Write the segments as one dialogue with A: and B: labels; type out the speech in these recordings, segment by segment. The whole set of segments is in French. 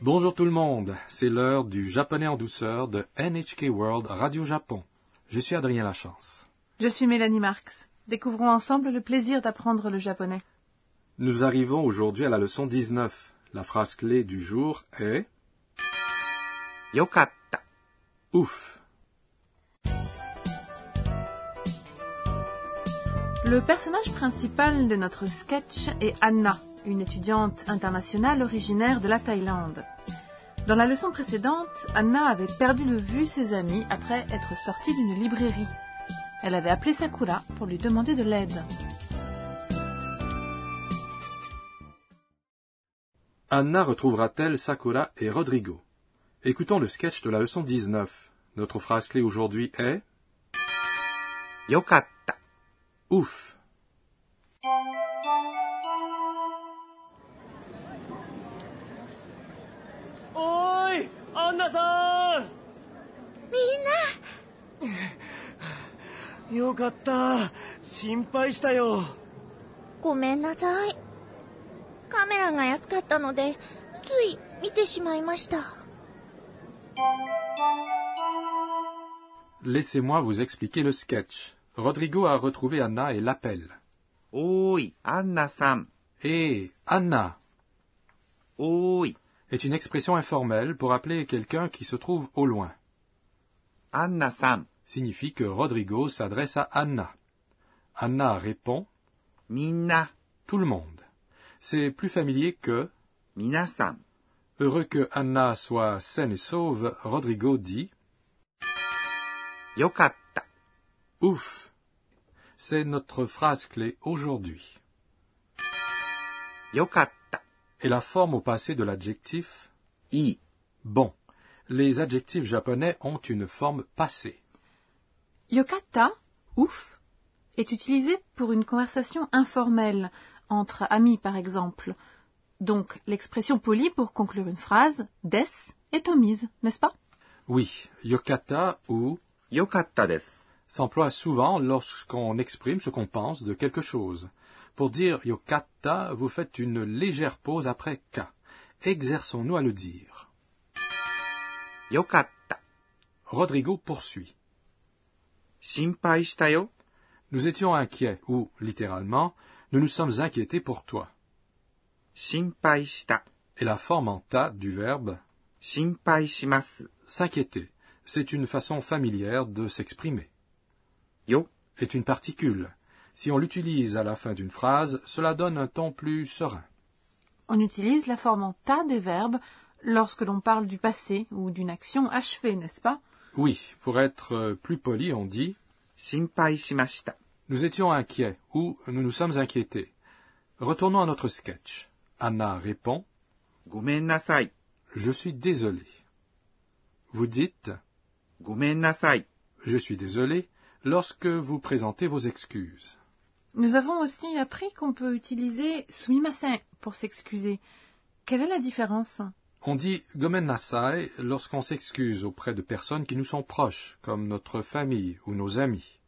A: Bonjour tout le monde, c'est l'heure du japonais en douceur de NHK World Radio Japon. Je suis Adrien Lachance.
B: Je suis Mélanie Marx. Découvrons ensemble le plaisir d'apprendre le japonais.
A: Nous arrivons aujourd'hui à la leçon 19. La phrase clé du jour est
C: よかった。
A: ouf.
B: Le personnage principal de notre sketch est Anna, une étudiante internationale originaire de la Thaïlande. Dans la leçon précédente, Anna avait perdu de vue ses amis après être sortie d'une librairie. Elle avait appelé Sakura pour lui demander de l'aide.
A: Anna retrouvera-t-elle Sakura et Rodrigo Écoutons le sketch de la leçon 19. Notre phrase clé aujourd'hui est
C: よかった。
A: ouf.
D: 「よかった心配したよ
E: ごめんなさい。カメラが安かったので、つい見てしまいました。
A: Laissez-moi vous expliquer le sketch. Rodrigo a retrouvé Anna et l'appelle.
C: おーい、アンナさん。
A: Et Anna
C: おーい、
A: est une expression informelle pour appeler quelqu'un qui se trouve au loin.
C: アンナさん。
A: Signifie que Rodrigo s'adresse à Anna. Anna répond
C: みんな、
A: tout le monde. C'est plus familier que
C: 皆さん。
A: heureux que Anna soit saine et sauve, Rodrigo dit
C: よかった。
A: ouf. C'est notre phrase clé aujourd'hui.
C: よかった。
A: Et la forme au passé de l'adjectif
C: いい。
A: bon. Les adjectifs japonais ont une forme passée.
B: Yokata, ouf, est utilisé pour une conversation informelle, entre amis par exemple. Donc l'expression polie pour conclure une phrase, des, est omise, n'est-ce pas
A: Oui, yokata ou
C: よかったです。
A: s'emploie souvent lorsqu'on exprime ce qu'on pense de quelque chose. Pour dire yokata, vous faites une légère pause après ka. Exerçons-nous à le dire.
C: よかった。
A: Rodrigo poursuit.
C: 心配したよ。
A: Nous étions inquiets, ou littéralement, nous nous sommes inquiétés pour toi.
C: 心配した。
A: Et la forme en ta du verbe
C: 心配します。
A: s'inquiéter, c'est une façon familière de s'exprimer,
C: よ、
A: est une particule. Si on l'utilise à la fin d'une phrase, cela donne un ton plus serein.
B: On utilise la forme en ta des verbes lorsque l'on parle du passé ou d'une action achevée, n'est-ce pas
A: Oui, pour être euh, plus poli, on dit
C: 心配しました。
A: Nous étions inquiets ou nous nous sommes inquiétés. Retournons à notre sketch. Anna répond
C: ごめんなさい。
A: Je suis désolé. Vous dites
C: ごめんなさい。
A: Je suis désolé lorsque vous présentez vos excuses.
B: Nous avons aussi appris qu'on peut utiliser sumimasen pour s'excuser. Quelle est la différence
A: On dit gomen nasai lorsqu'on s'excuse auprès de personnes qui nous sont proches, comme notre famille ou nos amis.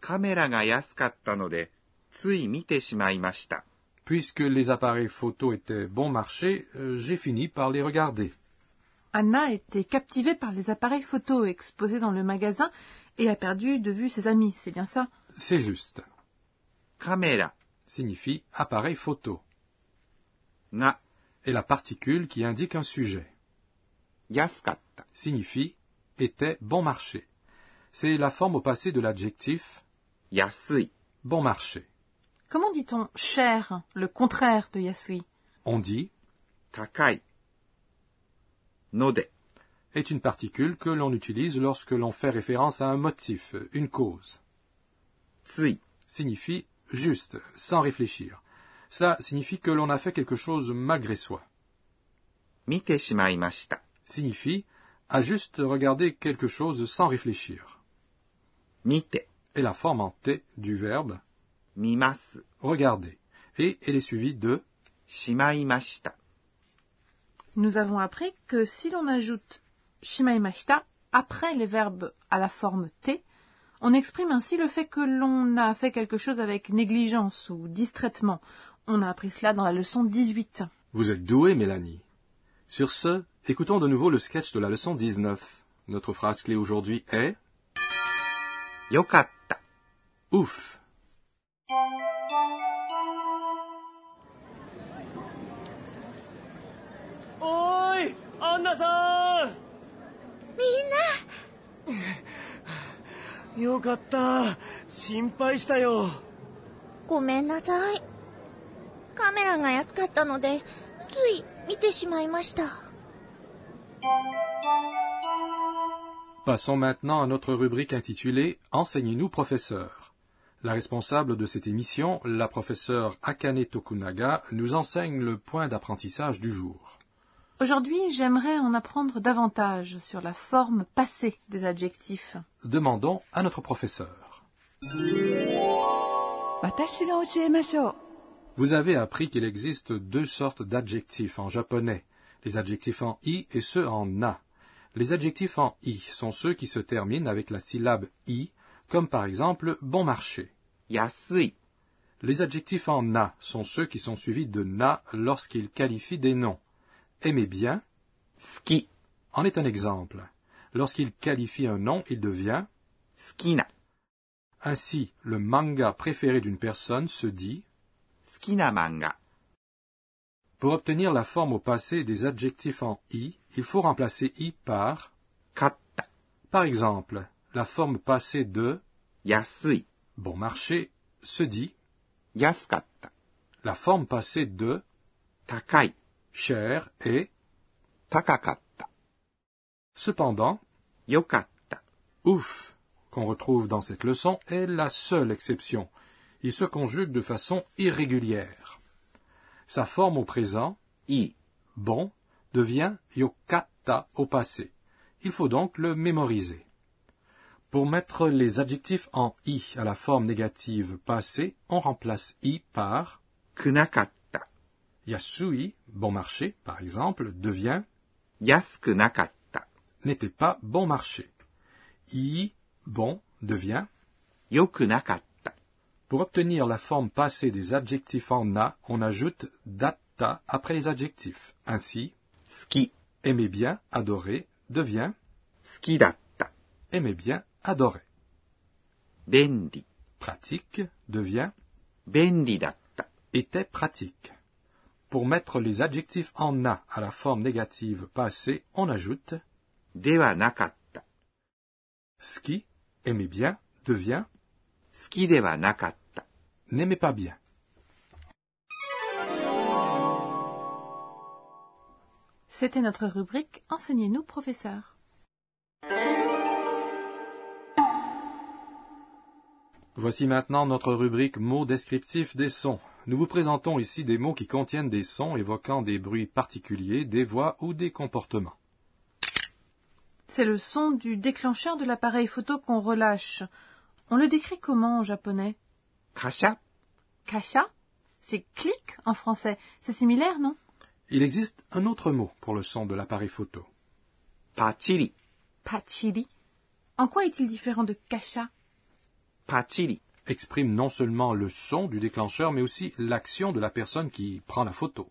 C: カメラが安かったので、つい見てしまいました。
A: Puisque les appareils photo étaient bon marché, euh, j'ai fini par les regarder.
B: Anna était captivée par les appareils photo exposés dans le magasin et a perdu de vue ses amis, c'est bien ça
A: C'est juste.
C: カメラ
A: Signifie appareil photo.
C: が
A: Et la particule qui indique un sujet.
C: 安かった。
A: signifie était bon marché. C'est la forme au passé de l'adjectif
C: 安い。
A: bon marché.
B: Comment dit-on cher, le contraire de Yasui
A: On dit
C: 高い。ので、
A: est une particule que l'on utilise lorsque l'on fait référence à un motif, une cause.
C: つい、
A: Signifie juste, sans réfléchir. Cela signifie que l'on a fait quelque chose malgré soi.
C: 見てしまいました。
A: Signifie à juste regarder quelque chose sans réfléchir.
C: 見て、
A: Et la forme en T du verbe
C: 見ます。
A: regarder. Et elle est suivie de
C: しまいました。
B: Nous avons appris que si l'on ajoute shimaimashita après les verbes à la forme T, on exprime ainsi le fait que l'on a fait quelque chose avec négligence ou distraitement. On a appris cela dans la leçon 18.
A: Vous êtes doué, Mélanie. Sur ce, écoutons de nouveau le sketch de la leçon 19. Notre phrase clé aujourd'hui est
C: よかった。
A: ouf.
D: 「おーいアンナさん」よかった心配したよ
E: ごめんなさい。カメラが安かったので、つい見てしまいました。
A: Passons maintenant à notre rubrique intitulée Enseignez-nous, professeur. La responsable de cette émission, la professeure Akane Tokunaga, nous enseigne le point d'apprentissage du jour.
B: Aujourd'hui, j'aimerais en apprendre davantage sur la forme passée des adjectifs.
A: Demandons à notre professeur.
F: 私が教えましょう
A: Vous avez appris qu'il existe deux sortes d'adjectifs en japonais, les adjectifs en i et ceux en na. Les adjectifs en i sont ceux qui se terminent avec la syllabe i, comme par exemple bon marché.
C: 安い、
A: Les adjectifs en na sont ceux qui sont suivis de na lorsqu'ils qualifient des noms. Aimer bien
C: 好き、好
A: en est un exemple. Lorsqu'il qualifie un nom, il devient.
C: きな、
A: Ainsi, le manga préféré d'une personne se dit.
C: 好きな漫画、
A: Pour obtenir la forme au passé des adjectifs en i, il faut remplacer i par.
C: 買った、
A: Par exemple, la forme passée de
C: 安い、
A: bon marché se dit.
C: 安かった、
A: La forme passée de
C: 高い、
A: cher est.
C: 高かった、
A: Cependant,
C: よかった、
A: ouf qu'on retrouve dans cette leçon est la seule exception. Il se conjugue de façon irrégulière. Sa forme au présent,
C: いい、
A: bon, devient yokata au passé. Il faut donc le mémoriser. Pour mettre les adjectifs en i à la forme négative passée, on remplace i par
C: くなかった、
A: yasui, bon marché par exemple, devient
C: 安くなかった、
A: n'était pas bon marché. i, bon, devient
C: 良くなかった、
A: Pour obtenir la forme passée des adjectifs en na, on ajoute data après les adjectifs. Ainsi,
C: 好き、好
A: aimer bien, adorer devient
C: きだった、
A: aimer bien, adorer.
C: 便利、
A: Pratique devient
C: 便利だった、
A: était pratique. Pour mettre les adjectifs en na à la forme négative passée, on ajoute
C: ではなかった、
A: ski, aimer bien, devient
C: 好きではなかった、
A: n'aimait pas bien.
B: C'était notre rubrique Enseignez-nous, professeur.
A: Voici maintenant notre rubrique mots descriptifs des sons. Nous vous présentons ici des mots qui contiennent des sons évoquant des bruits particuliers, des voix ou des comportements.
B: C'est le son du déclencheur de l'appareil photo qu'on relâche. On le décrit comment en japonais
C: カシャ、
B: Kasha C'est clic en français. C'est similaire, non
A: Il existe un autre mot pour le son de l'appareil photo.
C: パチリ、
B: Pachiri. En quoi est-il différent de kasha
C: パチリ、
A: Exprime non seulement le son du déclencheur, mais aussi l'action de la personne qui prend la photo.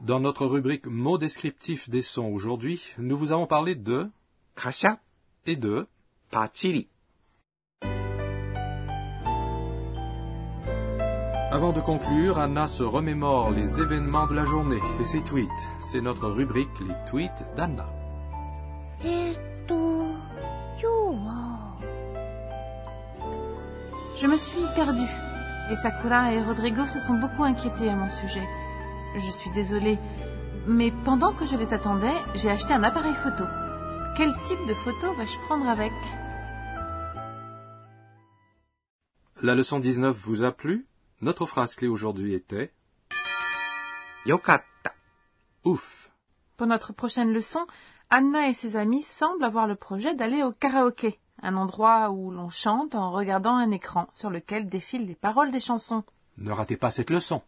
A: Dans notre rubrique mots descriptifs des sons aujourd'hui, nous vous avons parlé de
C: カシャ、
A: et de
C: パチリ、
A: Avant de conclure, Anna se remémore les événements de la journée et ses tweets. C'est notre rubrique Les tweets d'Anna.
E: えー、っと、今日は、
B: Je me suis perdue. Et Sakura et Rodrigo se sont beaucoup inquiétés à mon sujet. Je suis désolée. Mais pendant que je les attendais, j'ai acheté un appareil photo. Quel type de photo vais-je prendre avec
A: La leçon 19 vous a plu Notre phrase clé aujourd'hui était
C: よかった、
A: Ouf
B: Pour notre prochaine leçon, Anna et ses amis semblent avoir le projet d'aller au karaoké, un endroit où l'on chante en regardant un écran sur lequel défilent les paroles des chansons.
A: Ne ratez pas cette leçon.